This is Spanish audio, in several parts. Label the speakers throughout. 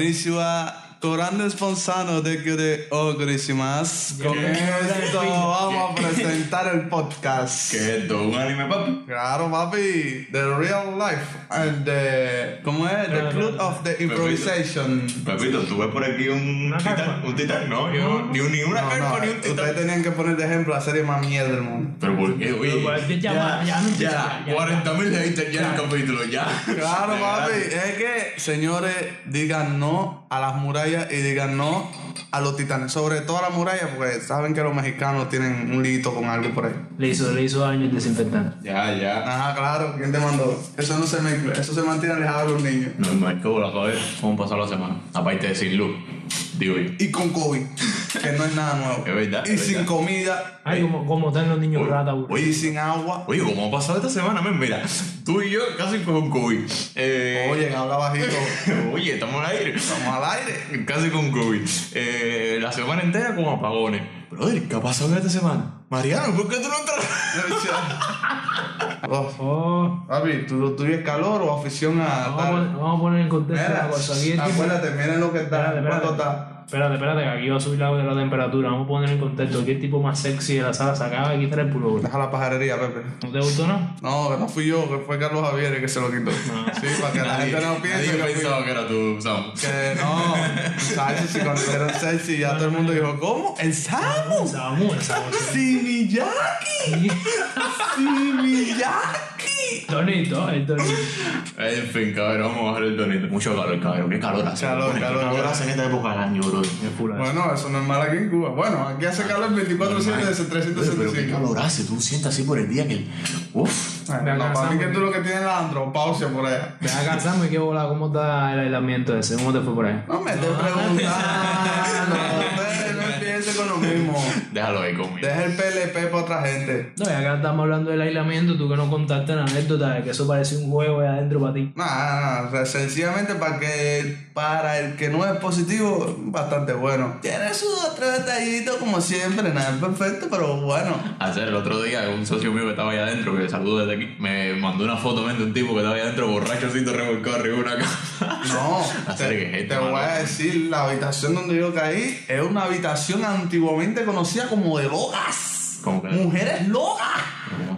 Speaker 1: Konnichiwa. Corandes Ponzano de que de Ogrishimas. Con esto vamos a presentar el podcast.
Speaker 2: ¿Qué es esto? ¿Un anime, papi?
Speaker 1: Claro, papi. The real life and the. ¿Cómo es? The club of the improvisation.
Speaker 2: Papito, tú ves por aquí un
Speaker 3: Una
Speaker 2: titán.
Speaker 3: carpa.
Speaker 2: Un titán, no, yo ni, un- ni una
Speaker 1: No,
Speaker 2: carpa
Speaker 1: no,
Speaker 2: ni un
Speaker 1: ustedes
Speaker 2: titán.
Speaker 1: tenían que poner de ejemplo la serie más mierda del mundo.
Speaker 2: Pero por qué,
Speaker 3: Pero igual,
Speaker 2: oye.
Speaker 3: ya, ya, ya, no,
Speaker 2: Ya,
Speaker 3: ya, ya.
Speaker 2: 40.000 haters ya en el capítulo, ya.
Speaker 1: Claro,
Speaker 2: De
Speaker 1: papi.
Speaker 2: verdad.
Speaker 1: Es que, señores, digan no a las murallas y digan no a los titanes. Sobre todo a las murallas, porque saben que los mexicanos tienen un lito con algo por ahí.
Speaker 3: Le hizo, le hizo daño el desinfectante.
Speaker 2: Ya, ya.
Speaker 1: Ajá, claro. ¿Quién te mandó? Eso no se mezcla. Eso se mantiene alejado de los niños.
Speaker 2: No, me acabo la cabeza. ¿Cómo pasó la semana? Aparte de sin luz, digo yo.
Speaker 1: Y con COVID, que no es nada nuevo.
Speaker 2: Es verdad,
Speaker 1: Y
Speaker 2: es
Speaker 1: sin
Speaker 2: verdad.
Speaker 1: comida.
Speaker 3: Ay, como, como están los niños
Speaker 2: Oye,
Speaker 3: ratas, güey.
Speaker 1: Y sin agua.
Speaker 2: Oye, ¿cómo ha pasado esta semana? men? Mira, tú y yo casi con COVID. Eh,
Speaker 1: Oye, habla bajito.
Speaker 2: oye, estamos al aire.
Speaker 1: Vamos al aire.
Speaker 2: Casi con COVID. Eh, la semana entera con apagones. Brother, ¿qué ha pasado esta semana? Mariano, ¿por qué tú no entras?
Speaker 1: Oh,
Speaker 3: Oh,
Speaker 1: papi, ¿tú tuviste calor o afición a.?
Speaker 3: vamos, a
Speaker 1: tal?
Speaker 3: poner- vamos a poner en
Speaker 2: pues,
Speaker 3: contexto la
Speaker 1: Mira,
Speaker 3: cosa. Aquí el tipo-
Speaker 1: acuérdate, miren lo que está.
Speaker 3: Espérate,
Speaker 1: ¿Cuánto
Speaker 3: espérate.
Speaker 1: está?
Speaker 3: Espérate, espérate, que aquí va a subir la, la temperatura. Vamos a poner en contexto. Aquí el tipo más sexy de la sala sacaba aquí trae el pullover.
Speaker 1: Deja la pajarería, Pepe.
Speaker 3: ¿No te gustó, no?
Speaker 1: No, que no fui yo, que fue Carlos Javier el que se lo quitó. Sí, para que la gente no piense
Speaker 2: Nadie
Speaker 1: que, fui yo.
Speaker 2: pensaba que era tú, Sam.
Speaker 1: que no. ¿Sabes? Si consideran sexy, ya todo el mundo dijo, ¿cómo? ¿El Samu?
Speaker 3: Estaba muy esa cosa.
Speaker 1: ¡Sí, Miyaki! ¡Sí, Miyaki!
Speaker 3: Tonito, el tonito.
Speaker 2: En fin, cabrón, vamos a bajar el donito. Mucho calor, cabrón. Qué calor hace.
Speaker 1: Calor,
Speaker 2: Qué
Speaker 1: calor, calor.
Speaker 2: hace en esta época del año, bro.
Speaker 3: El fulano.
Speaker 1: Bueno, eso no es mal aquí en Cuba. Bueno, aquí hace calor 24-7 desde
Speaker 2: Pero qué
Speaker 1: 365.
Speaker 2: calor hace. Tú sientas así por el día que... el- Uf.
Speaker 1: Ay, No, para mí que tú lo que tienes es la andropausia por allá.
Speaker 3: Te vas a cansarme y qué bola. ¿Cómo está el aislamiento ese? ¿Cómo te fue por ahí?
Speaker 1: No me estés preguntando. ustedes No empieces con lo mismo.
Speaker 2: Déjalo ahí conmigo.
Speaker 1: Deja el PLP para otra gente.
Speaker 3: No, y acá estamos hablando del aislamiento. Tú que no contaste la anécdota de que eso parecía un juego ahí adentro para ti.
Speaker 1: No, no, no, o sea, sencillamente para que para el que no es positivo, bastante bueno. Tiene sus otros detallitos como siempre, nada es perfecto, pero bueno.
Speaker 2: Hacer el otro día, un socio mío que estaba allá adentro, que saludo desde aquí, me mandó una foto men, de un tipo que estaba allá adentro borracho, así, todo revolcado arriba de una cama.
Speaker 1: No,
Speaker 2: Hacer que
Speaker 1: te,
Speaker 2: gente
Speaker 1: te voy a
Speaker 2: mala.
Speaker 1: decir, la habitación donde yo caí es una habitación antiguamente conocida como de locas.
Speaker 2: ¿Cómo que?
Speaker 1: Mujeres locas.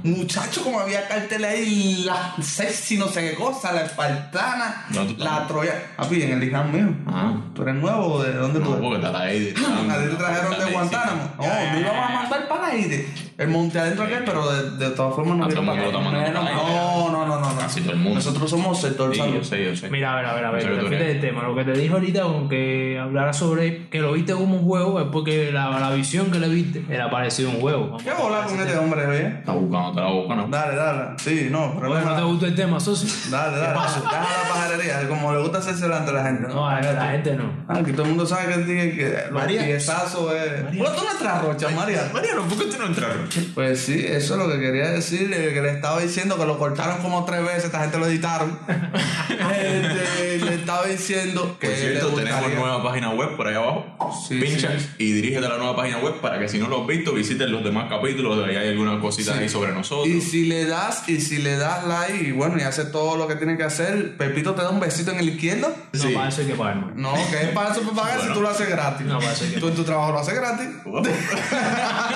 Speaker 1: Muchachos, como había carteles ahí, la sexy, no sé qué cosa, la espartana,
Speaker 2: No, tú
Speaker 1: la
Speaker 2: también.
Speaker 1: troya. Ah, en el Islam mío.
Speaker 2: Ah.
Speaker 1: ¿Tú eres nuevo o de dónde tú
Speaker 2: No,
Speaker 1: eres?
Speaker 2: porque está la Heidi.
Speaker 1: A ti te trajeron de Guantánamo. No, me íbamos a mandar para ahí. El monte adentro aquel, pero de, de todas formas no
Speaker 2: A Ah, todo
Speaker 1: vieron
Speaker 2: el mundo
Speaker 1: para
Speaker 2: lo
Speaker 1: acá.
Speaker 2: está mandando para
Speaker 1: No, no, no, no. no.
Speaker 2: Casi todo el mundo.
Speaker 1: Nosotros somos sector
Speaker 2: Sí, yo
Speaker 1: salud.
Speaker 2: sé, yo sé.
Speaker 3: Mira, a ver, a ver, a ver,
Speaker 2: Eso que tú
Speaker 3: te
Speaker 2: eres.
Speaker 3: del tema. Lo que te dije ahorita con que hablara sobre que lo viste como un juego es porque la, la visión que le viste era parecido a un juego. Vamos.
Speaker 1: ¿Qué bola con este hombre, oye?
Speaker 2: Está buscando, está buscando.
Speaker 1: Dale, dale. Sí, no, pero
Speaker 3: Oye,
Speaker 1: no,
Speaker 3: ¿no te
Speaker 1: dale,
Speaker 3: gustó el tema, socio?
Speaker 1: dale. dale. Deja la pajarería, como le gusta hacerse delante a la gente.
Speaker 3: No, a ver, la gente no.
Speaker 1: Ah, que todo el mundo sabe que tiene que los
Speaker 2: María.
Speaker 1: piezazos es. Bueno, tú no entras rocha, María.
Speaker 2: Mariano, ¿por qué usted no entraron?
Speaker 1: Pues sí, eso es lo que quería decir, eh, que le estaba diciendo que lo cortaron como tres veces, esta gente lo editaron. Este, le estaba diciendo que
Speaker 2: Por cierto,
Speaker 1: le gustaría-
Speaker 2: tenemos nueva página web por ahí abajo.
Speaker 1: Sí,
Speaker 2: Pincha
Speaker 1: sí.
Speaker 2: y dirígete a la nueva página web para que si no lo has visto, visiten los demás capítulos. Ahí hay algunas cositas ahí sobre nosotros.
Speaker 1: Y si le das, y si le das like, y bueno, y hace todo lo que tiene que hacer, Pepito te da un besito en el izquierdo.
Speaker 3: No,
Speaker 2: Sí.
Speaker 3: para eso hay que pagar.
Speaker 1: No, que es para eso pues, para pagar si
Speaker 2: Bueno.
Speaker 1: tú lo haces gratis.
Speaker 3: No, para eso hay que-
Speaker 1: Tú en tu trabajo lo haces gratis.
Speaker 2: Guapo.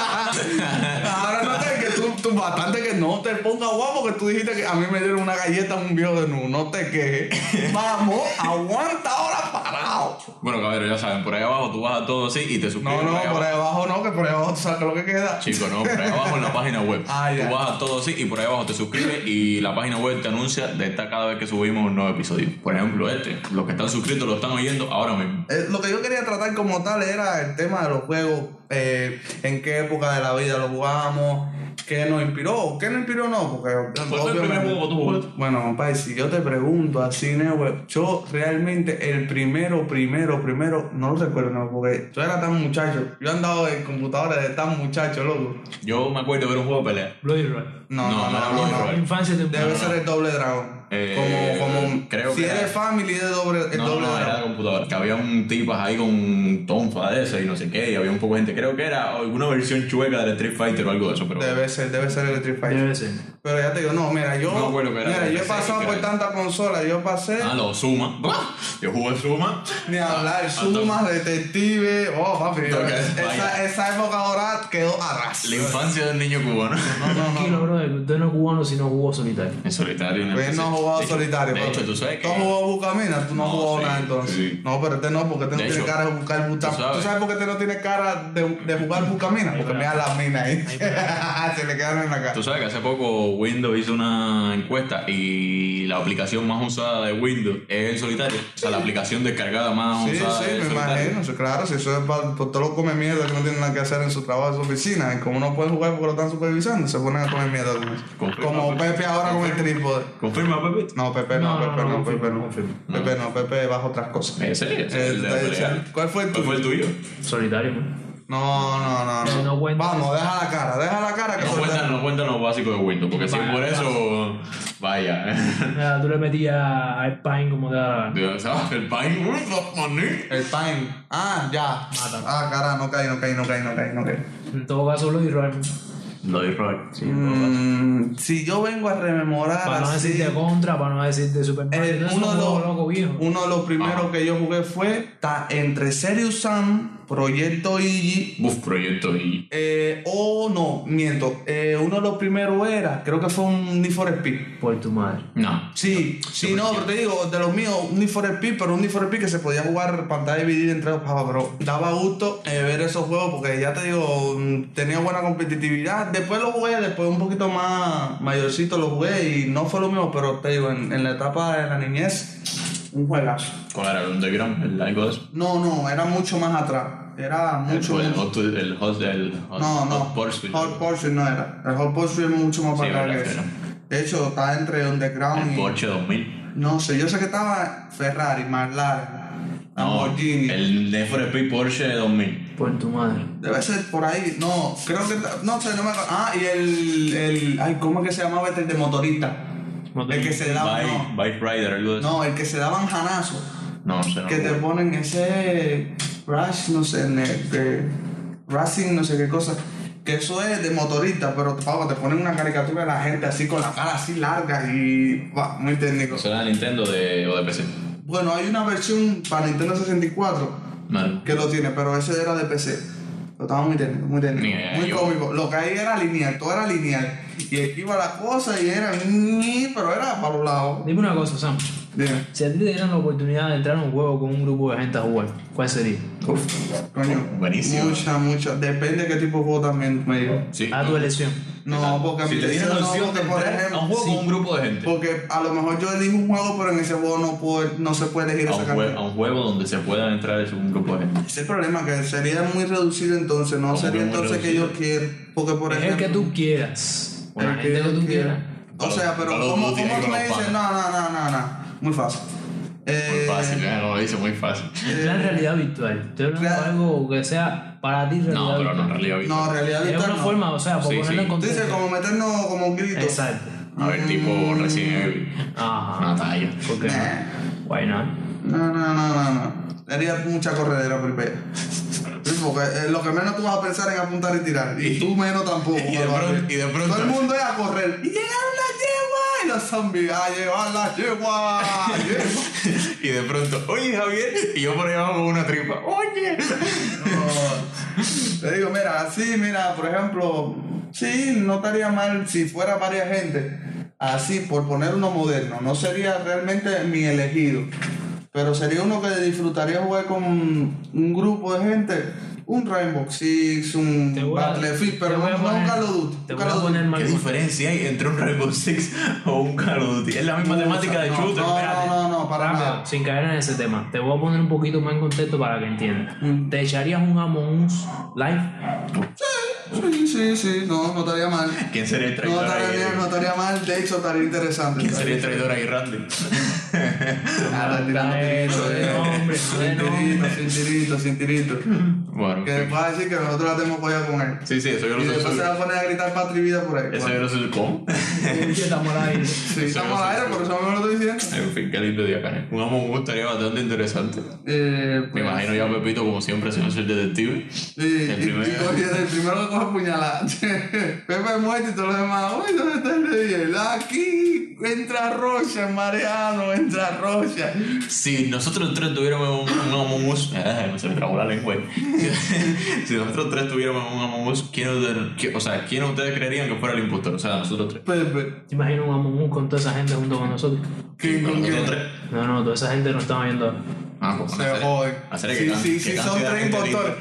Speaker 1: Ahora no te que tú, tú bastante que no te pongas guapo que tú dijiste que a mí me dieron una galleta a un viejo de nu, no te quejes. Vamos, aguanta ahora parado.
Speaker 2: Bueno, cabrón, ya saben, por ahí abajo tú vas a todo así y te suscribes.
Speaker 1: No, no,
Speaker 2: ahí
Speaker 1: por
Speaker 2: abajo.
Speaker 1: ahí abajo no, que por ahí abajo tú sabes lo que queda.
Speaker 2: Chico, no, por ahí abajo en la página web.
Speaker 1: Ah, ya.
Speaker 2: Tú vas a todo así y por ahí abajo te suscribes y la página web te anuncia de esta cada vez que subimos un nuevo episodio. Por ejemplo, este. Los que están suscritos lo están oyendo ahora mismo.
Speaker 1: Eh, lo que yo quería tratar como tal era el tema de los juegos, eh, en qué época de la vida los jugamos, qué nos inspiró, o qué nos inspiró no, porque
Speaker 2: ¿Cuál fue el primer juego que tú jugaste?
Speaker 1: Bueno, compadre, si yo te pregunto así, Nehue, yo realmente el primero, primero, primero, no lo recuerdo, no, porque yo era tan muchacho. Yo andaba en computadora de tan muchacho, loco.
Speaker 2: Yo me acuerdo de ver un juego de pelea.
Speaker 3: Bloody Roy.
Speaker 1: No, no, no, no.
Speaker 2: Blood
Speaker 1: no.
Speaker 2: Roy.
Speaker 3: Infancia
Speaker 1: Debe
Speaker 3: temprana.
Speaker 1: ser el doble dragón.
Speaker 2: Eh,
Speaker 1: como, como,
Speaker 2: creo
Speaker 1: si
Speaker 2: que
Speaker 1: eres
Speaker 2: era-
Speaker 1: family de doble, el
Speaker 2: No,
Speaker 1: doble
Speaker 2: no, era de
Speaker 1: dragón.
Speaker 2: computadora. Que había un tipas ahí con un tonfa de ese y no sé qué, y había un poco de gente. Creo que era alguna versión chueca del Street Fighter o algo de eso, pero.
Speaker 1: Debe ser, debe ser el Street Fighter.
Speaker 3: Debe ser.
Speaker 1: Pero ya te digo, no, mira, yo.
Speaker 2: No, bueno, pero era
Speaker 1: mira, yo he
Speaker 2: PC,
Speaker 1: pasado por
Speaker 2: creo.
Speaker 1: tantas consolas, yo pasé.
Speaker 2: Ah, lo Suma. ¡Bah! Yo jugué Suma.
Speaker 1: Ni hablar,
Speaker 2: Ah,
Speaker 1: sumas, detective, oh papi,
Speaker 2: Toca,
Speaker 1: esa,
Speaker 2: vaya.
Speaker 1: esa época dorada quedó atrás.
Speaker 2: La infancia del niño cubano.
Speaker 1: No, no, no.
Speaker 3: Tranquilo, brother, que usted no es cubano si no jugó solitario.
Speaker 2: En solitario. en el
Speaker 1: Pues
Speaker 2: PC.
Speaker 1: no jugaba
Speaker 2: De hecho-
Speaker 1: solitario,
Speaker 2: De
Speaker 1: papi.
Speaker 2: hecho, tú sabes que.
Speaker 1: Tú has jugado Bucamina, tú no, has
Speaker 2: No,
Speaker 1: jugado
Speaker 2: sí,
Speaker 1: nada entonces.
Speaker 2: sí.
Speaker 1: No, pero este no, porque este no
Speaker 2: De
Speaker 1: tiene
Speaker 2: hecho,
Speaker 1: cara de buscar
Speaker 2: tú
Speaker 1: Bucamina. ¿Tú
Speaker 2: sabes.
Speaker 1: sabes por qué este no tiene cara de, de jugar Bucamina? Porque
Speaker 3: para.
Speaker 1: mira las minas ahí.
Speaker 3: Ahí
Speaker 1: Se le quedaron en la cara.
Speaker 2: Tú sabes que hace poco Windows hizo una encuesta y la aplicación más usada de Windows es el solitario. O sea, la aplicación descargada más
Speaker 1: Sí, sí,
Speaker 2: usada es el
Speaker 1: me
Speaker 2: solitario.
Speaker 1: imagino, sí, claro, si eso es para, por todo lo come mierda que no tienen nada que hacer en su trabajo, en su oficina, y como no pueden jugar porque lo están supervisando, se ponen a comer mierda con eso.
Speaker 2: Confirma,
Speaker 1: Como
Speaker 2: Pepe.
Speaker 1: Pepe ahora con el trípode.
Speaker 2: Confirma, Pepe.
Speaker 1: No, Pepe no,
Speaker 3: No, no,
Speaker 1: Pepe
Speaker 3: no,
Speaker 1: no,
Speaker 3: confirmo,
Speaker 1: Pepe no.
Speaker 3: confirmo.
Speaker 1: Pepe no, Pepe bajo otras cosas.
Speaker 2: Ese, ese
Speaker 1: Eh,
Speaker 2: es el de la
Speaker 1: está
Speaker 2: pelea.
Speaker 1: hecho. ¿Cuál fue el
Speaker 2: ¿Cuál
Speaker 1: tuyo?
Speaker 2: fue el tuyo?
Speaker 3: Solitario, pues. man.
Speaker 1: No, no, no, no.
Speaker 3: Eh, no cuenta.
Speaker 1: Vamos, deja la cara, deja la cara que
Speaker 2: No
Speaker 1: se le-
Speaker 2: cuentan, no cuentan los básicos de Windows, porque si
Speaker 3: Vaya,
Speaker 2: por eso. Vaya.
Speaker 3: Mira, tú le metías al Pine como te daba la gana.
Speaker 2: Dios, ¿sabes? El pain. Uy, no, maní.
Speaker 1: El time. Ah, ya.
Speaker 3: Mátalo.
Speaker 1: Ah, cara, no caí, no caí, no caí, no caí, no caí.
Speaker 3: En todo caso, pues. lo Roy.
Speaker 2: Lo de Rock. Sí,
Speaker 1: Mm, si yo vengo a rememorar
Speaker 3: Para no
Speaker 1: así-
Speaker 3: decirte contra, para no decirte Super Mario.
Speaker 1: El- Ah, Eh,
Speaker 3: Entonces,
Speaker 1: uno, de
Speaker 3: son
Speaker 1: los,
Speaker 3: juegos locos viejos.
Speaker 1: uno de los primeros
Speaker 2: Ajá.
Speaker 1: que yo jugué fue ta- entre Serious Sam, Proyecto Iggy.
Speaker 2: Buf, proyecto y.
Speaker 1: eh, o no, miento. eh, uno de los primeros era, creo que fue un Need for Speed.
Speaker 3: Por tu madre.
Speaker 2: No.
Speaker 1: Sí, sí, no, pero te digo, de los míos, un Need for Speed, pero un Need for Speed que se podía jugar pantalla dividida entre dos papas, pero daba gusto eh, ver esos juegos porque ya te digo, mm, tenía buena competitividad. Después lo jugué, después un poquito más mayorcito lo jugué y no fue lo mismo, pero te digo, en, en la etapa de la niñez, un juegazo.
Speaker 2: ¿Cuál era el Underground? ¿El algo de eso?
Speaker 1: No, no, era mucho más atrás, era mucho
Speaker 2: el, el
Speaker 1: más...
Speaker 2: hot, el hot, el hot,
Speaker 1: No, no,
Speaker 2: hot pursuit.
Speaker 1: Hot Pursuit no era, el Hot Pursuit es mucho más
Speaker 2: Sí,
Speaker 1: para atrás
Speaker 2: verdad,
Speaker 1: que eso.
Speaker 2: verdad.
Speaker 1: De hecho, está entre Underground
Speaker 2: el
Speaker 1: y...
Speaker 2: Porsche 2000.
Speaker 1: No sé, yo sé que estaba Ferrari, McLaren,
Speaker 2: No,
Speaker 1: Lamborghini.
Speaker 2: el Need for Speed Porsche 2000.
Speaker 3: Por tu madre.
Speaker 1: Debe ser por ahí. No, creo que. ta- No sé, no me acuerdo. Ah, y el. el ay, ¿cómo es que se llamaba este el de motorista? El que se daba.
Speaker 2: Bike,
Speaker 1: No,
Speaker 2: Bike Rider, algo de eso.
Speaker 1: no, el que se daban janazos.
Speaker 2: No, no sé. No
Speaker 1: Que te
Speaker 2: recuerdo.
Speaker 1: ponen ese. Rush, no sé, en el que- Racing, no sé qué cosa. Que eso es de motorista, pero papá, te ponen una caricatura de la gente así con la cara así larga y. buah, muy técnico.
Speaker 2: ¿Será de Nintendo de, o de PC?
Speaker 1: Bueno, hay una versión para Nintendo 64
Speaker 2: No.
Speaker 1: que lo tiene, pero ese era de PC. Lo estaba muy técnico, muy técnico.
Speaker 2: Mira,
Speaker 1: muy
Speaker 2: yo-
Speaker 1: cómico. Lo que ahí era lineal, todo era lineal. Y aquí iba la cosa y era. ñi, Pero era para los lados.
Speaker 3: Dime una cosa, Sam.
Speaker 1: Dime.
Speaker 3: Si a ti te dieran la oportunidad de entrar a un juego con un grupo de gente a jugar, ¿cuál sería?
Speaker 1: Uf, coño.
Speaker 2: Buenísimo.
Speaker 1: Mucha, mucha. Depende de qué tipo de juego también me digo.
Speaker 2: Sí.
Speaker 3: A tu elección.
Speaker 1: Ah, No, porque a
Speaker 2: si
Speaker 1: mí
Speaker 2: te dieran
Speaker 1: no,
Speaker 2: la opción
Speaker 1: porque
Speaker 2: de
Speaker 1: por
Speaker 2: entrar a un
Speaker 1: ejemplo.
Speaker 2: juego con un grupo de gente.
Speaker 1: Porque a lo mejor yo elijo un juego, pero en ese juego no, puedo, no se puede elegir
Speaker 2: A
Speaker 1: esa
Speaker 2: un, jue- a
Speaker 1: cantidad.
Speaker 2: un juego donde se puedan entrar es un grupo de gente.
Speaker 1: Ese es el problema, que sería muy reducido entonces, no
Speaker 2: Como que
Speaker 1: sería
Speaker 2: muy
Speaker 1: entonces que
Speaker 2: reducido.
Speaker 1: yo quiero. Porque por
Speaker 3: es el
Speaker 1: ejemplo.
Speaker 3: que tú quieras. Con la
Speaker 1: El
Speaker 3: gente que
Speaker 1: yo
Speaker 3: tú
Speaker 1: quiera.
Speaker 3: quieras.
Speaker 1: O sea, pero
Speaker 2: Claro,
Speaker 1: ¿cómo, cómo
Speaker 2: tú tienes
Speaker 1: tú
Speaker 2: que
Speaker 1: me
Speaker 2: los
Speaker 1: dices?
Speaker 2: panas.
Speaker 1: No, no, no, no, no. Muy fácil. Eh,
Speaker 2: Muy fácil, ¿eh? no lo dice muy fácil.
Speaker 3: En plan realidad virtual. Estoy hablando de
Speaker 1: Claro.
Speaker 3: algo que sea para ti realidad
Speaker 2: No, pero no, en
Speaker 3: virtual.
Speaker 2: realidad.
Speaker 1: No, en realidad
Speaker 3: Es
Speaker 1: virtual
Speaker 3: una
Speaker 1: no.
Speaker 3: forma, o sea, por
Speaker 2: Sí,
Speaker 3: ponerlo en
Speaker 2: sí.
Speaker 1: Tú dices
Speaker 3: contexto.
Speaker 1: como meternos como un grito.
Speaker 3: Exacto.
Speaker 2: A ver, tipo Resident Evil. Ah,
Speaker 3: Ajá.
Speaker 2: Natalia.
Speaker 3: ¿Por qué
Speaker 1: Nah.
Speaker 3: no? Why not?
Speaker 1: No, no, no, no, no. Sería mucha corredera primero. Sí, Porque eh, lo que menos tú vas a pensar es apuntar y tirar. Y tú menos tampoco.
Speaker 2: Y de
Speaker 1: Álvaro.
Speaker 2: pronto- y de pronto-
Speaker 1: Todo el mundo es a correr. Y llegaron las yeguas. Y los zombies. "Ah, A llevar las yeguas. yeguas.
Speaker 2: Y de pronto, oye Javier, y yo por ahí abajo con una tripa, oye.
Speaker 1: No. Te digo, mira, así, mira, por ejemplo, sí, no estaría mal si fuera varias gente. Así, por poner uno moderno, no sería realmente mi elegido. Pero sería uno que disfrutaría jugar con un grupo de gente. Un Rainbow Six,
Speaker 3: Te
Speaker 1: un
Speaker 3: voy a-
Speaker 1: Battlefield, pero
Speaker 3: te
Speaker 1: no,
Speaker 3: voy a
Speaker 1: no un
Speaker 3: poner-
Speaker 1: Call of Duty.
Speaker 3: Te
Speaker 1: un
Speaker 3: voy
Speaker 1: Call
Speaker 3: a
Speaker 1: of Duty.
Speaker 3: poner
Speaker 2: ¿Qué
Speaker 3: mal.
Speaker 2: diferencia hay entre un Rainbow Six o un Call of Duty? Es la misma temática de
Speaker 1: no,
Speaker 2: shooter.
Speaker 1: no,
Speaker 2: espérate.
Speaker 1: no, no, para
Speaker 3: Rápido,
Speaker 1: nada.
Speaker 3: sin caer en ese tema, te voy a poner un poquito más en contexto para que entiendas.
Speaker 1: Mm.
Speaker 3: ¿Te echarías un Among Us live?
Speaker 1: Sí, sí, sí, no, no estaría mal.
Speaker 2: ¿Quién sería el
Speaker 1: No
Speaker 2: traidor ahí?
Speaker 1: estaría, no estaría mal, de hecho estaría interesante.
Speaker 2: ¿Quién sería el traidor ahí, Randy?
Speaker 1: Ah, retirando
Speaker 3: Trae-
Speaker 1: tirito, eh.
Speaker 3: No, hombre,
Speaker 1: sin tirito, sin tirito, sin tirito.
Speaker 2: Bueno,
Speaker 1: Que después va a decir que nosotros la tenemos apoyado con él.
Speaker 2: sí, sí, eso yo
Speaker 1: Y
Speaker 2: lo
Speaker 1: después se va
Speaker 2: censuro.
Speaker 1: a poner a gritar patria y vida por ahí.
Speaker 2: Eso
Speaker 1: Bueno,
Speaker 2: yo lo censuro. ¿Cómo?
Speaker 3: Estamos al aire.
Speaker 1: sí, estamos
Speaker 2: yo
Speaker 1: al
Speaker 2: sé.
Speaker 1: aire, por eso me lo estoy diciendo.
Speaker 2: En fin, qué lindo día, Karen. Un amo me gustaría bastante interesante.
Speaker 1: Eh,
Speaker 2: Me
Speaker 1: pues,
Speaker 2: imagino ya a Pepito, como siempre, si no es el detective.
Speaker 1: Sí,
Speaker 2: el
Speaker 1: y-
Speaker 2: primero.
Speaker 1: y coge- el primero que coge puñalada. Pepe muerto y todos los demás. Uy, ¿dónde está el rey? Él, Aquí entra Rocha, Mariano, entra Rocha.
Speaker 2: Si nosotros tres tuviéramos un, un Among Us, ah, me se me trabó la lengua. si nosotros tres tuviéramos un Among Us, ¿quién, de- qué- o sea, ¿quién ustedes creerían que fuera el impostor? O sea, nosotros tres.
Speaker 1: Pepe.
Speaker 3: ¿Te imaginas un Amumu con toda esa gente junto con nosotros?
Speaker 1: ¿Quién
Speaker 2: Con
Speaker 1: con
Speaker 2: nosotros
Speaker 1: quién?
Speaker 2: tres.
Speaker 3: No, no, toda esa gente nos está viendo. ahora.
Speaker 2: Ah, pues,
Speaker 1: Se joden.
Speaker 2: hacer que
Speaker 1: Sí,
Speaker 2: can-
Speaker 1: sí,
Speaker 2: que
Speaker 1: sí,
Speaker 2: can-
Speaker 1: son
Speaker 2: que
Speaker 1: tres
Speaker 2: can-
Speaker 1: impostores.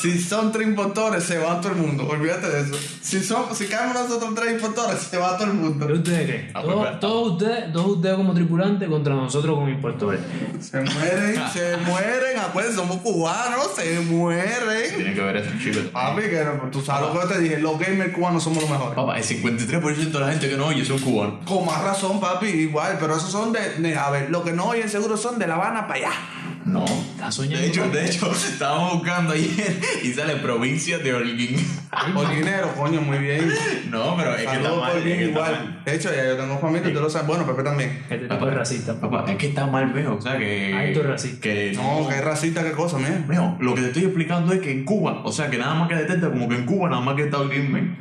Speaker 1: Si son tres impostores, se va todo el mundo. Olvídate de eso. Si, son, si caemos nosotros tres impostores, se va todo el
Speaker 3: ¿Qué
Speaker 1: mundo.
Speaker 3: ustedes creen?
Speaker 2: Ah, pues,
Speaker 3: Todos,
Speaker 2: pues,
Speaker 3: todos ustedes, todos ustedes como tripulantes contra nosotros ¿eh? como impostores.
Speaker 1: Se mueren, se mueren. Acuérdense, somos cubanos, se mueren.
Speaker 2: Tiene que ver eso, chicos.
Speaker 1: Papi, que no, tú sabes lo que te dije. Los gamers cubanos somos los mejores.
Speaker 2: Papá, el 53% de la gente que no oye son cubanos.
Speaker 1: Con más razón, papi, igual, pero esos son de, de- A ver, lo que no oyen seguro son de La Habana para allá.
Speaker 2: No.
Speaker 3: ¿Estás soñando?
Speaker 2: De hecho, de hecho, estábamos buscando ayer y sale provincia de Holguín.
Speaker 1: Por dinero, coño, muy bien.
Speaker 2: No, pero es que está
Speaker 1: Saludos
Speaker 2: mal.
Speaker 1: por
Speaker 2: es
Speaker 1: bien,
Speaker 2: que está mal.
Speaker 1: igual. De hecho, ya yo tengo familia, tú lo sabes. Bueno, Pepe también.
Speaker 3: Este
Speaker 2: Ah,
Speaker 3: tipo
Speaker 2: pues.
Speaker 3: es racista.
Speaker 2: Papá, es que está mal, veo. O sea que.
Speaker 3: Alto racista.
Speaker 2: Que
Speaker 1: No, que es racista, qué cosa, mía.
Speaker 2: Mijo, lo que te estoy explicando es que en Cuba, o sea que nada más que detecta, como que en Cuba nada más que está el crimen.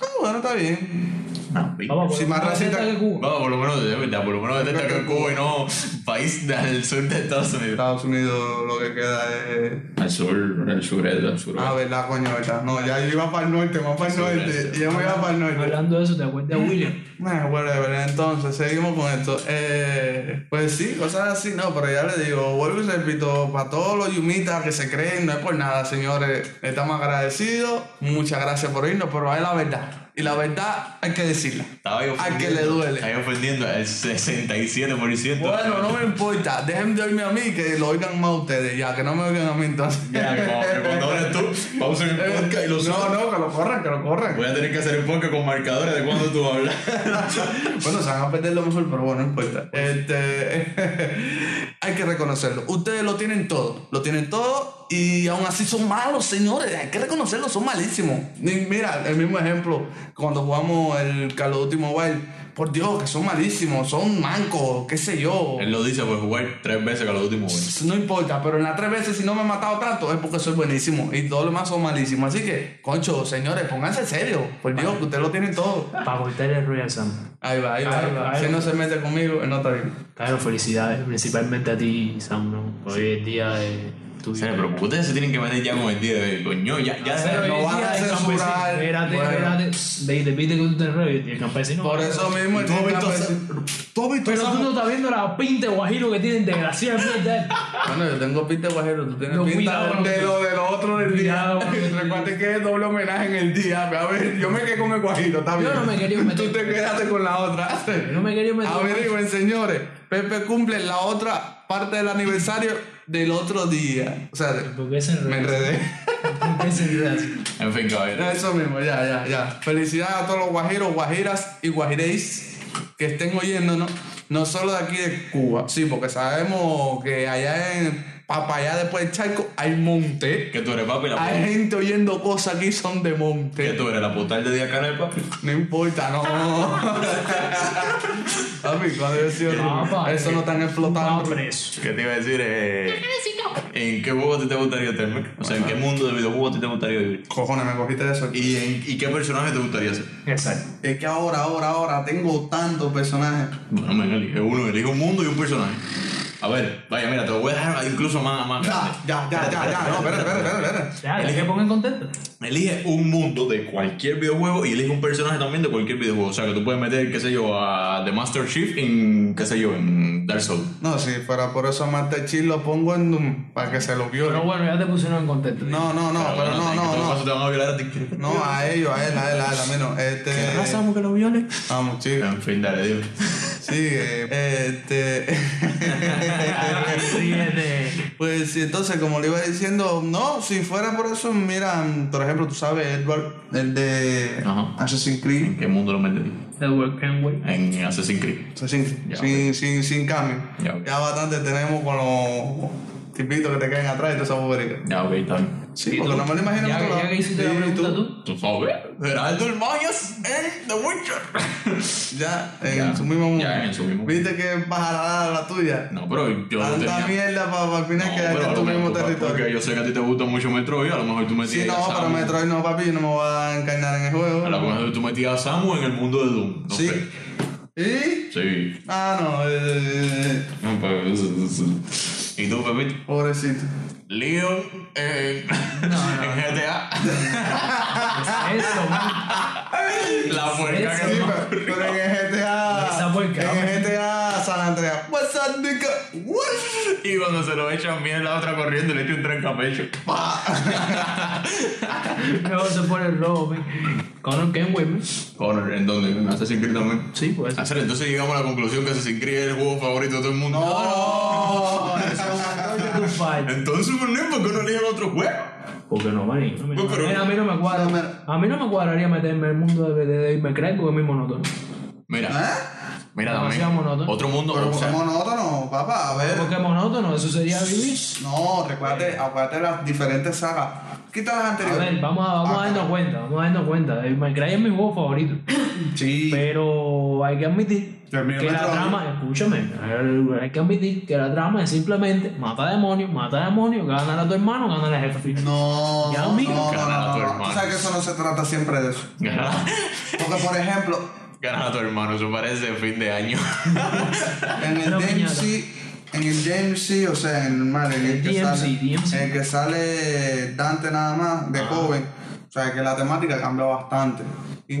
Speaker 1: Ah, bueno, está bien.
Speaker 2: No, pi-
Speaker 3: Vamos,
Speaker 1: Si
Speaker 3: por-
Speaker 1: más racista-
Speaker 3: que Cuba.
Speaker 2: Vamos, por lo menos de verdad, por lo menos detecta que en Cuba y no país del sur de Estados Unidos.
Speaker 1: Estados Unidos lo que queda es.
Speaker 2: Al sur, al sur, al sur.
Speaker 1: Ah, verdad, coño, verdad. No, ya yo iba para el norte, más para el
Speaker 2: Sí,
Speaker 1: norte.
Speaker 2: gracias.
Speaker 1: Yo me iba para el norte.
Speaker 3: Hablando de eso, ¿te acuerdas de William?
Speaker 1: Bueno, whatever, entonces seguimos con esto. Eh, pues sí, cosas así, no, pero ya le digo, vuelvo y repito, para todos los yumitas que se creen, no es por nada, señores, estamos agradecidos, muchas gracias por irnos, pero es la verdad. Y la verdad hay que decirla.
Speaker 2: Estaba ahí
Speaker 1: Al Ah, que
Speaker 2: ofendiendo-
Speaker 1: le duele.
Speaker 2: Estaba ofendiendo al 67%.
Speaker 1: Bueno, no me importa, dejen de oírme a mí, que lo oigan más ustedes, ya, que no me oigan a mí entonces.
Speaker 2: Ya, como- cuando hables tú, pausa el
Speaker 1: Eh,
Speaker 2: podcast y lo
Speaker 1: no,
Speaker 2: subo.
Speaker 1: no, que lo corran, que lo corran.
Speaker 2: Voy a tener que hacer un podcast con marcadores de cuando tú hablas.
Speaker 1: Bueno, se van a perder lo mejor, pero bueno, no importa. Este, hay que reconocerlo. Ustedes lo tienen todo. Lo tienen todo y aún así son malos, señores. Hay que reconocerlo, son malísimos. Ni- Mira, el mismo ejemplo, cuando jugamos el Call of Duty Mobile. Por Dios, que son malísimos, son mancos, qué sé yo.
Speaker 2: Él lo dice por jugar tres veces con los últimos güey.
Speaker 1: No importa, pero en las tres veces si no me he matado tanto es porque soy buenísimo y todos los demás son malísimos. Así que, concho, señores, pónganse serio. Por Dios, que ustedes lo tienen todo.
Speaker 3: Para cortarle el rollo a Sam.
Speaker 1: Ahí va, ahí va. Ahí
Speaker 3: Ahí va,
Speaker 1: va.
Speaker 3: ahí
Speaker 1: Si
Speaker 3: va.
Speaker 1: no se mete conmigo, él no está bien.
Speaker 3: Claro, felicidades, principalmente a ti, Sam, ¿no? Hoy es día de tu
Speaker 2: O sea, pero ustedes se tienen que meter ya con el día de coño, ya,
Speaker 3: Ah,
Speaker 2: ya,
Speaker 1: pero
Speaker 2: no
Speaker 1: lo van a censurar.
Speaker 3: Espérate,
Speaker 1: Bueno.
Speaker 3: espérate. Ve y te pide que tú te enrolles. Y el campesino.
Speaker 1: Por eso mismo el
Speaker 2: ¿Tú has
Speaker 1: Team
Speaker 2: visto
Speaker 1: Campesino-
Speaker 2: ¿Tú has visto
Speaker 3: Pero tú no estás viendo la pinta de guajiro que tienen de gracia
Speaker 1: Bueno, yo tengo pinta de guajero, tú tienes
Speaker 3: No,
Speaker 1: pinta
Speaker 3: cuidado,
Speaker 1: de, de
Speaker 3: no.
Speaker 1: lo del otro del
Speaker 3: Cuidado,
Speaker 1: día.
Speaker 3: no.
Speaker 1: Recuerda que es doble homenaje en el día. A ver, yo me quedé con el guajito, está bien.
Speaker 3: Yo no me quería
Speaker 1: Tú
Speaker 3: meter.
Speaker 1: te quedaste con la otra.
Speaker 3: No me quería meter.
Speaker 1: Averigüen, señores. Pepe cumple la otra parte del aniversario del otro día. O sea, de-
Speaker 3: ¿Por qué se
Speaker 1: me
Speaker 3: enrollas?
Speaker 1: enredé.
Speaker 3: ¿Por qué se enrollas?
Speaker 2: En fin, caballero.
Speaker 1: Eso mismo, ya, ya, ya. Felicidades a todos los guajiros, guajiras y guajireis que estén oyéndonos, no solo de aquí de Cuba. Sí, porque sabemos que allá en Papayá, después del Charco, hay monte.
Speaker 2: Que tú eres papi, la
Speaker 1: Hay
Speaker 2: puta.
Speaker 1: gente oyendo cosas aquí son de
Speaker 2: Que
Speaker 1: monte.
Speaker 2: tú eres la puta de día canal, papi.
Speaker 1: No importa, no. Papi, cuando yo sigo,
Speaker 2: eh.
Speaker 3: Papá,
Speaker 1: eso no están
Speaker 3: Ah,
Speaker 1: explotando.
Speaker 3: preso.
Speaker 2: ¿Qué te iba a decir? Eh, ¿En qué juego a ti te gustaría estar? O sea, ¿en qué mundo de videojuegos a ti te gustaría vivir?
Speaker 1: Cojones, me cogiste de eso.
Speaker 2: ¿Y, en, y qué personaje te gustaría ser?
Speaker 3: Exacto.
Speaker 1: Es que ahora, ahora, ahora tengo tantos personajes.
Speaker 2: Bueno, me elige uno, elige un mundo y un personaje. A ver, vaya, mira, te lo voy a dejar incluso más, más grande.
Speaker 1: Ya, ya, ya, ya, ya. No, espera, espera, espera, espera.
Speaker 3: Ya, es que pongan contento.
Speaker 2: Elige un mundo de cualquier videojuego y elige un personaje también de cualquier videojuego. O sea, que tú puedes meter, qué sé yo, a The Master Chief en, qué sé yo, en Dark Souls.
Speaker 1: No, si fuera por eso a Master Chief lo pongo en un- para que se lo
Speaker 3: Pero
Speaker 1: viole.
Speaker 3: bueno, ya te pusieron en contento.
Speaker 1: No, no, no, pero no,
Speaker 2: en
Speaker 1: no,
Speaker 2: todo
Speaker 1: no.
Speaker 2: caso te van a violar a ti.
Speaker 1: No, a ellos, a él, a él, a él, a mí no. Este.
Speaker 2: vamos que lo viole?
Speaker 1: Vamos, chicos.
Speaker 2: En fin, dale, Dios.
Speaker 1: Sigue. Este. eh,
Speaker 3: Ríete.
Speaker 1: Pues sí, entonces, como le iba diciendo, no, si fuera por eso, mira, por ejemplo, tú sabes, Edward, el de
Speaker 2: Ajá.
Speaker 1: Assassin's Creed.
Speaker 2: ¿En qué mundo lo metería?
Speaker 3: Edward Kenway.
Speaker 2: En Assassin's Creed.
Speaker 1: Sin,
Speaker 2: Ya,
Speaker 1: sin, sin, sin cambio.
Speaker 2: Ya.
Speaker 1: Ya bastante tenemos con los tipitos que te caen atrás y toda esa bobería.
Speaker 2: Ya, ok, está bien.
Speaker 1: Sí, porque no me lo imagino en
Speaker 3: Ya,
Speaker 1: otro
Speaker 3: que-
Speaker 1: lado.
Speaker 3: ya que hiciste
Speaker 1: Sí,
Speaker 3: la pregunta tú.
Speaker 2: Tú sabes, Geraldo el Mayas en The Witcher.
Speaker 1: Ya, en
Speaker 2: Ya,
Speaker 1: su mismo mundo.
Speaker 2: ya, en su mismo
Speaker 1: Viste que bajarada la tuya.
Speaker 2: no, pero yo no
Speaker 1: Tanta
Speaker 2: tenía.
Speaker 1: mierda para al final
Speaker 2: No,
Speaker 1: que
Speaker 2: pero
Speaker 1: en
Speaker 2: a
Speaker 1: tu mismo
Speaker 2: lo mejor, pa- Porque
Speaker 1: territorio.
Speaker 2: yo sé que a ti te gusta mucho Metroid, a lo mejor tú
Speaker 1: Sí,
Speaker 2: metías
Speaker 1: no,
Speaker 2: a
Speaker 1: pero
Speaker 2: Samus.
Speaker 1: Metroid no, papi, yo no me voy a encarnar en el juego.
Speaker 2: A lo mejor tú metías a Samus en el mundo de Doom. No
Speaker 1: Sí.
Speaker 2: sé.
Speaker 1: ¿Y?
Speaker 2: Sí.
Speaker 1: Ah, no, eh,
Speaker 2: No, pero- ¿Y tú, Pepito?
Speaker 1: pobrecito.
Speaker 2: Leon en,
Speaker 3: no,
Speaker 2: en GTA.
Speaker 3: ¿Qué es eso, man?
Speaker 2: La puerca
Speaker 3: eso?
Speaker 2: que
Speaker 1: Sí,
Speaker 2: no.
Speaker 1: pero, pero en el GTA.
Speaker 3: Esa porca,
Speaker 1: En el GTA San Andreas. What's up, nigga? What?
Speaker 2: Y cuando se lo echan, viene la otra corriendo y le echa un trencapecho.
Speaker 3: No, se pone el robo, man. Conor Kenway, man.
Speaker 2: Connor, ¿en dónde? ¿En Assassin's Creed también?
Speaker 3: Sí, pues.
Speaker 2: Hacer, entonces llegamos a la conclusión que Assassin's Creed es el juego favorito de todo el mundo.
Speaker 1: No, eso es un-
Speaker 3: Coño, tú falta.
Speaker 2: Entonces, ¿por qué ¿Por qué no eligen otro juego?
Speaker 3: Porque no, man. A mí no,
Speaker 2: Pues, pero-
Speaker 3: a mí no me cuadra.
Speaker 1: No, mira.
Speaker 3: A mí no me cuadraría meterme en el mundo de, de, de David McCray porque es muy monótono.
Speaker 2: Mira,
Speaker 1: ¿Eh?
Speaker 2: mira
Speaker 3: Demasiado
Speaker 2: también.
Speaker 3: monótono.
Speaker 2: Otro mundo.
Speaker 1: Pero
Speaker 2: o
Speaker 1: porque
Speaker 2: sea,
Speaker 1: es monótono, papá, a ver.
Speaker 3: Porque es monótono, eso sería vivir.
Speaker 1: No, recuérdate, acuérdate de las diferentes sagas. Quita las
Speaker 3: A
Speaker 1: anteriores.
Speaker 3: ver, vamos a, vamos a darnos cuenta, vamos a darnos cuenta. David McCray es mi juego favorito.
Speaker 1: Sí.
Speaker 3: Pero hay que admitir que
Speaker 1: El mío me
Speaker 3: la
Speaker 1: traba.
Speaker 3: trama, escúchame, hay que admitir que la trama es simplemente mata demonios, mata demonios, ganar a tu hermano, ganar al jefe final.
Speaker 1: No,
Speaker 3: Ya,
Speaker 1: no,
Speaker 3: amigo.
Speaker 1: no, no,
Speaker 2: Ganar a
Speaker 1: no,
Speaker 2: tu
Speaker 1: no.
Speaker 2: hermano.
Speaker 1: Tú sabes que eso no se trata siempre de eso.
Speaker 2: Ganar
Speaker 1: Porque, por ejemplo,
Speaker 2: ganar a tu hermano, eso parece fin de año.
Speaker 1: en el
Speaker 3: Pero piñata.
Speaker 1: DMC, en el DMC, o sea, en el normal, en el
Speaker 3: El
Speaker 1: que
Speaker 3: DMC,
Speaker 1: sale,
Speaker 3: DMC.
Speaker 1: en el que sale Dante nada más, de joven. O sea, que la temática cambia bastante.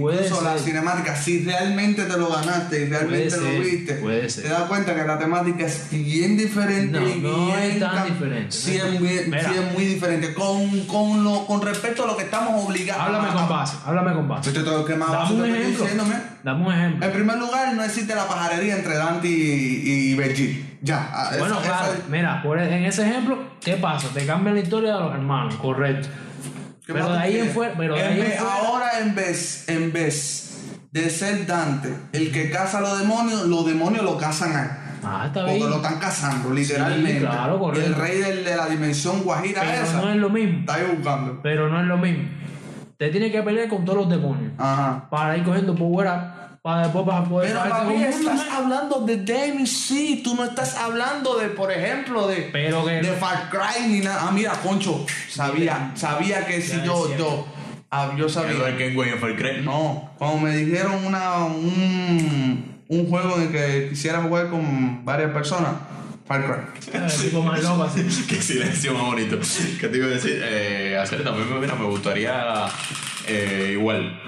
Speaker 3: Puede
Speaker 1: Incluso la
Speaker 3: ser.
Speaker 1: cinemática, si realmente te lo ganaste y realmente
Speaker 3: Puede
Speaker 1: lo
Speaker 3: ser,
Speaker 1: viste,
Speaker 3: puede ser.
Speaker 1: te das cuenta que la temática es bien diferente.
Speaker 3: No,
Speaker 1: y
Speaker 3: no es
Speaker 1: bien
Speaker 3: tan
Speaker 1: cam-
Speaker 3: diferente,
Speaker 1: Sí,
Speaker 3: no es
Speaker 1: es
Speaker 3: tan-
Speaker 1: muy,
Speaker 3: Mira.
Speaker 1: sí es muy diferente. Con, con, lo, con respecto a lo que estamos obligados
Speaker 3: Háblame
Speaker 1: a-
Speaker 3: con base, háblame con
Speaker 1: Yo
Speaker 3: base.
Speaker 1: te tengo que más
Speaker 3: Dame
Speaker 1: yo
Speaker 3: un
Speaker 1: te estoy
Speaker 3: ejemplo.
Speaker 1: diciéndome.
Speaker 3: Dame un ejemplo.
Speaker 1: En primer lugar, no existe la pajarería entre Dante y, y Virgil. Ya. ah,
Speaker 3: Bueno,
Speaker 1: esa-
Speaker 3: claro,
Speaker 1: esa-
Speaker 3: mira, por e- en ese ejemplo, ¿qué pasa? Te cambian la historia de los hermanos, correcto.
Speaker 1: ¿qué
Speaker 3: Pero
Speaker 1: más
Speaker 3: de
Speaker 1: tú
Speaker 3: ahí en
Speaker 1: quieres?
Speaker 3: fuera, pero de
Speaker 1: En
Speaker 3: ahí en
Speaker 1: vez-
Speaker 3: fuera-
Speaker 1: Ahora, en vez, en vez de ser Dante el que caza a los demonios, los demonios lo cazan a él.
Speaker 3: Ah, está
Speaker 1: Porque
Speaker 3: bien.
Speaker 1: lo están cazando, literalmente.
Speaker 3: claro, correcto.
Speaker 1: El rey del- de la dimensión guajira
Speaker 3: Pero
Speaker 1: esa.
Speaker 3: no es lo mismo.
Speaker 1: Está ahí buscando.
Speaker 3: Pero no es lo mismo. Te tienes que pelear con todos los demonios.
Speaker 1: Ajá.
Speaker 3: Para ir cogiendo power up, para después vas a poder
Speaker 1: Pero
Speaker 3: bajarte
Speaker 1: papi,
Speaker 3: con un
Speaker 1: estás
Speaker 3: mundo.
Speaker 1: hablando de DMC, tú no estás hablando de, por ejemplo, de...
Speaker 3: Pero que
Speaker 1: de Far Cry ni nada. Ah, mira, Concho, sabía, sabía que si yo,
Speaker 3: decía.
Speaker 1: yo, ah, yo sabía.
Speaker 2: Edward Kenway en Far Cry.
Speaker 1: No, cuando me dijeron una, un, un juego en el que quisiera jugar con varias personas, Far Cry.
Speaker 3: el tipo más loco así.
Speaker 2: Qué silencio más bonito. ¿Qué te iba a decir? Eh, hacer también, mira, me gustaría eh, igual.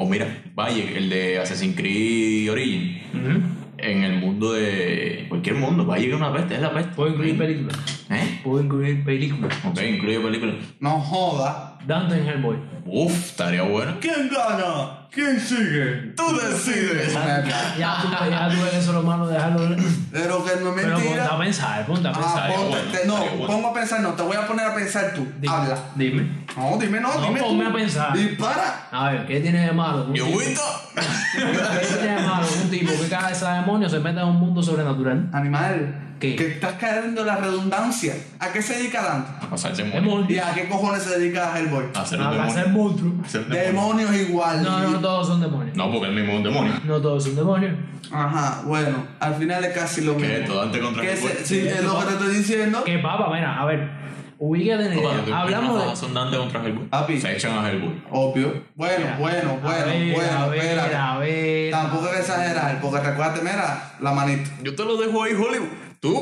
Speaker 2: O mira, Valle, el de Assassin's Creed Origin. En el mundo de. Cualquier mundo, Valle que es una peste, es la peste.
Speaker 3: Puedo incluir películas.
Speaker 2: ¿Eh?
Speaker 3: Puedo incluir películas.
Speaker 2: Ok, incluye películas.
Speaker 1: No joda.
Speaker 3: Dante en Hellboy.
Speaker 2: Uf, estaría bueno.
Speaker 1: ¿Quién gana? ¿Quién sigue?
Speaker 2: Tú decides.
Speaker 3: Ya tú, ya tú ves que eso es lo malo de dejarlo.
Speaker 1: Pero que no es
Speaker 3: Pero pues, ponte a
Speaker 1: mentira.
Speaker 3: pensar, ponte a
Speaker 1: Ah,
Speaker 3: pensar.
Speaker 2: bueno,
Speaker 1: ponte- no,
Speaker 2: estaría bueno.
Speaker 1: pongo a pensar, no, te voy a poner a pensar tú.
Speaker 3: Dime,
Speaker 1: Habla.
Speaker 3: Dime.
Speaker 1: No, dime no,
Speaker 3: No,
Speaker 1: dime
Speaker 3: ponme
Speaker 1: tú.
Speaker 3: a pensar.
Speaker 1: Dispara.
Speaker 3: A ver, ¿qué tiene de malo? Un
Speaker 2: Y
Speaker 3: tipo-
Speaker 2: Huito.
Speaker 3: ¿Qué tiene de malo? Un tipo que cada vez a demonio se mete en un mundo sobrenatural.
Speaker 1: Animal,
Speaker 3: ¿Qué?
Speaker 1: que estás cayendo en la redundancia. ¿A qué se dedica Dante?
Speaker 2: O sea, el demonio.
Speaker 1: ¿Y
Speaker 3: Demonio.
Speaker 1: a qué cojones se dedica Hellboy?
Speaker 2: A ser un
Speaker 3: A
Speaker 2: demonio.
Speaker 3: hacer monstruo.
Speaker 2: Hacer un demonio.
Speaker 1: Demonios igual.
Speaker 3: Ah, No, no, todos son demonios.
Speaker 2: No, porque él mismo es un demonio.
Speaker 3: No todos son demonios.
Speaker 1: Ajá, bueno, al final es casi lo
Speaker 2: ¿Qué
Speaker 1: mismo.
Speaker 2: es esto? Dante contra
Speaker 1: Que
Speaker 2: Hellboy.
Speaker 1: se- sí, es lo que te estoy diciendo.
Speaker 3: Que papa, mira, a ver. Ubícate en el
Speaker 2: Opa, tú-
Speaker 3: idea.
Speaker 2: no,
Speaker 3: Hablamos de.
Speaker 2: Son Dante contra Hellboy.
Speaker 1: Papi.
Speaker 2: Se echan a Hellboy.
Speaker 1: Obvio. Bueno,
Speaker 3: Mira,
Speaker 1: bueno, bueno,
Speaker 3: a ver,
Speaker 1: bueno,
Speaker 3: a ver,
Speaker 1: espérate.
Speaker 3: a ver.
Speaker 1: Tampoco hay que exagerar, porque recuérdate, mira, la manito.
Speaker 2: Yo te lo dejo ahí, Hollywood. Tú,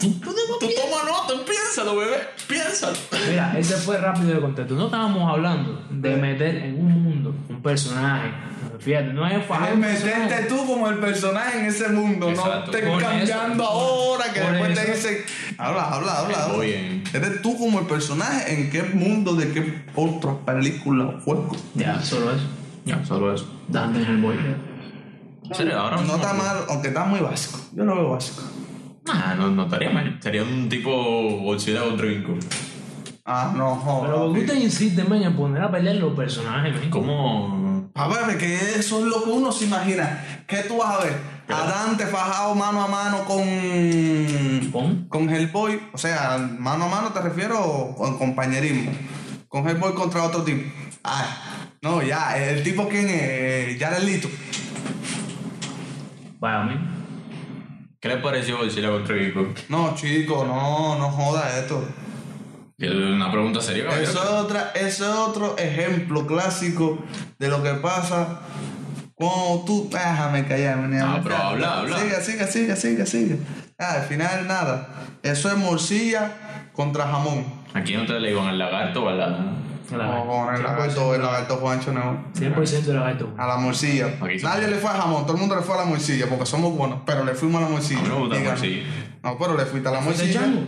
Speaker 2: tú, tú, tú toma nota, piénsalo, bebé, piénsalo.
Speaker 3: Mira, ese fue rápido de contexto. No estábamos hablando de meter en un mundo un personaje. Fíjate, no es
Speaker 1: Ay,
Speaker 3: fácil.
Speaker 1: meterte tú como el personaje en ese mundo,
Speaker 2: Exacto.
Speaker 1: no estés
Speaker 3: Por
Speaker 1: cambiando
Speaker 3: eso.
Speaker 1: ahora que
Speaker 3: Por
Speaker 1: después te
Speaker 3: eso.
Speaker 1: dicen. Habla, habla, habla. habla.
Speaker 2: Hellboy en-
Speaker 1: Eres tú como el personaje en qué mundo de qué otra película o juego.
Speaker 3: Ya, solo eso.
Speaker 2: Ya, solo eso.
Speaker 3: Dante en el boy.
Speaker 2: En serio, ahora
Speaker 1: No
Speaker 2: mismo-
Speaker 1: está mal, aunque está muy básico. Yo lo veo básico.
Speaker 2: Nah, Ah, no, no estaría mal. Sería un tipo bolsita contra Ginkgo.
Speaker 1: Ah, no, joder.
Speaker 3: Pero porque usted insiste man, en poner a pelear los personajes, man.
Speaker 2: ¿Cómo?
Speaker 1: A ver, que eso es lo que uno se imagina. ¿Qué tú vas a ver? a Dante fajado mano a mano con.
Speaker 3: ¿Con?
Speaker 1: con Hellboy. O sea, mano a mano te refiero con compañerismo. Con Hellboy contra otro tipo. Ah, no, ya, el tipo quién es. eh, Ya Lito.
Speaker 3: Vaya, mí.
Speaker 2: ¿Qué les pareció Godzilla contra King Kong?
Speaker 1: No, chico, no, no joda esto.
Speaker 2: Es una pregunta seria, caballero.
Speaker 1: Eso es, otra, eso es otro ejemplo clásico de lo que pasa cuando tú. Déjame callarme, ni
Speaker 2: Ah,
Speaker 1: hablar.
Speaker 2: pero habla, habla.
Speaker 1: Siga, siga, siga, siga, siga. Ah, al final nada. Eso es morcilla contra jamón.
Speaker 2: ¿A quién ustedes le iban al lagarto o a la.?
Speaker 1: No, con el lagarto, el lagarto Juancho, no.
Speaker 3: 100% de lagarto.
Speaker 1: A la morcilla.
Speaker 2: Aquí sí.
Speaker 1: Nadie le fue a jamón, todo el mundo le fue a la morcilla, porque somos buenos, pero le fuimos a la morcilla.
Speaker 2: A mí no me gusta la
Speaker 1: Dígame.
Speaker 2: morcilla.
Speaker 1: No, pero le fuiste a la
Speaker 3: ¿Fuiste
Speaker 1: morcilla.
Speaker 3: chango?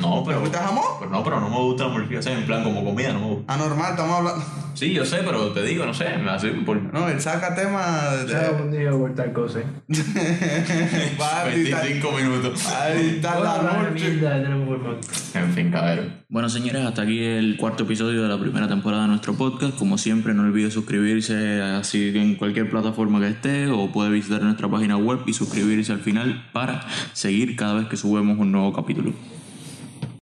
Speaker 2: No, pero.
Speaker 1: ¿Te gusta el jamón?
Speaker 2: Pero no, pero no me gusta la morcilla. O sea, en plan como comida, no me gusta.
Speaker 1: Anormal, estamos hablando.
Speaker 2: Sí, yo sé, pero te digo, no sé. Así, por...
Speaker 1: No, él saca tema
Speaker 3: Te he confundido por tal cosa. eh.
Speaker 1: de. Va a editar-
Speaker 2: 25 minutos.
Speaker 1: a editar
Speaker 3: Toda
Speaker 1: la
Speaker 3: la
Speaker 1: noche.
Speaker 3: mierda de Dragon Ball.
Speaker 2: En fin, cabrero.
Speaker 4: Bueno, señores, hasta aquí el cuarto episodio de la primera temporada de nuestro podcast. Como siempre, no olviden suscribirse así que en cualquier plataforma que esté o puede visitar nuestra página web y suscribirse al final para seguir cada vez que subimos un nuevo capítulo.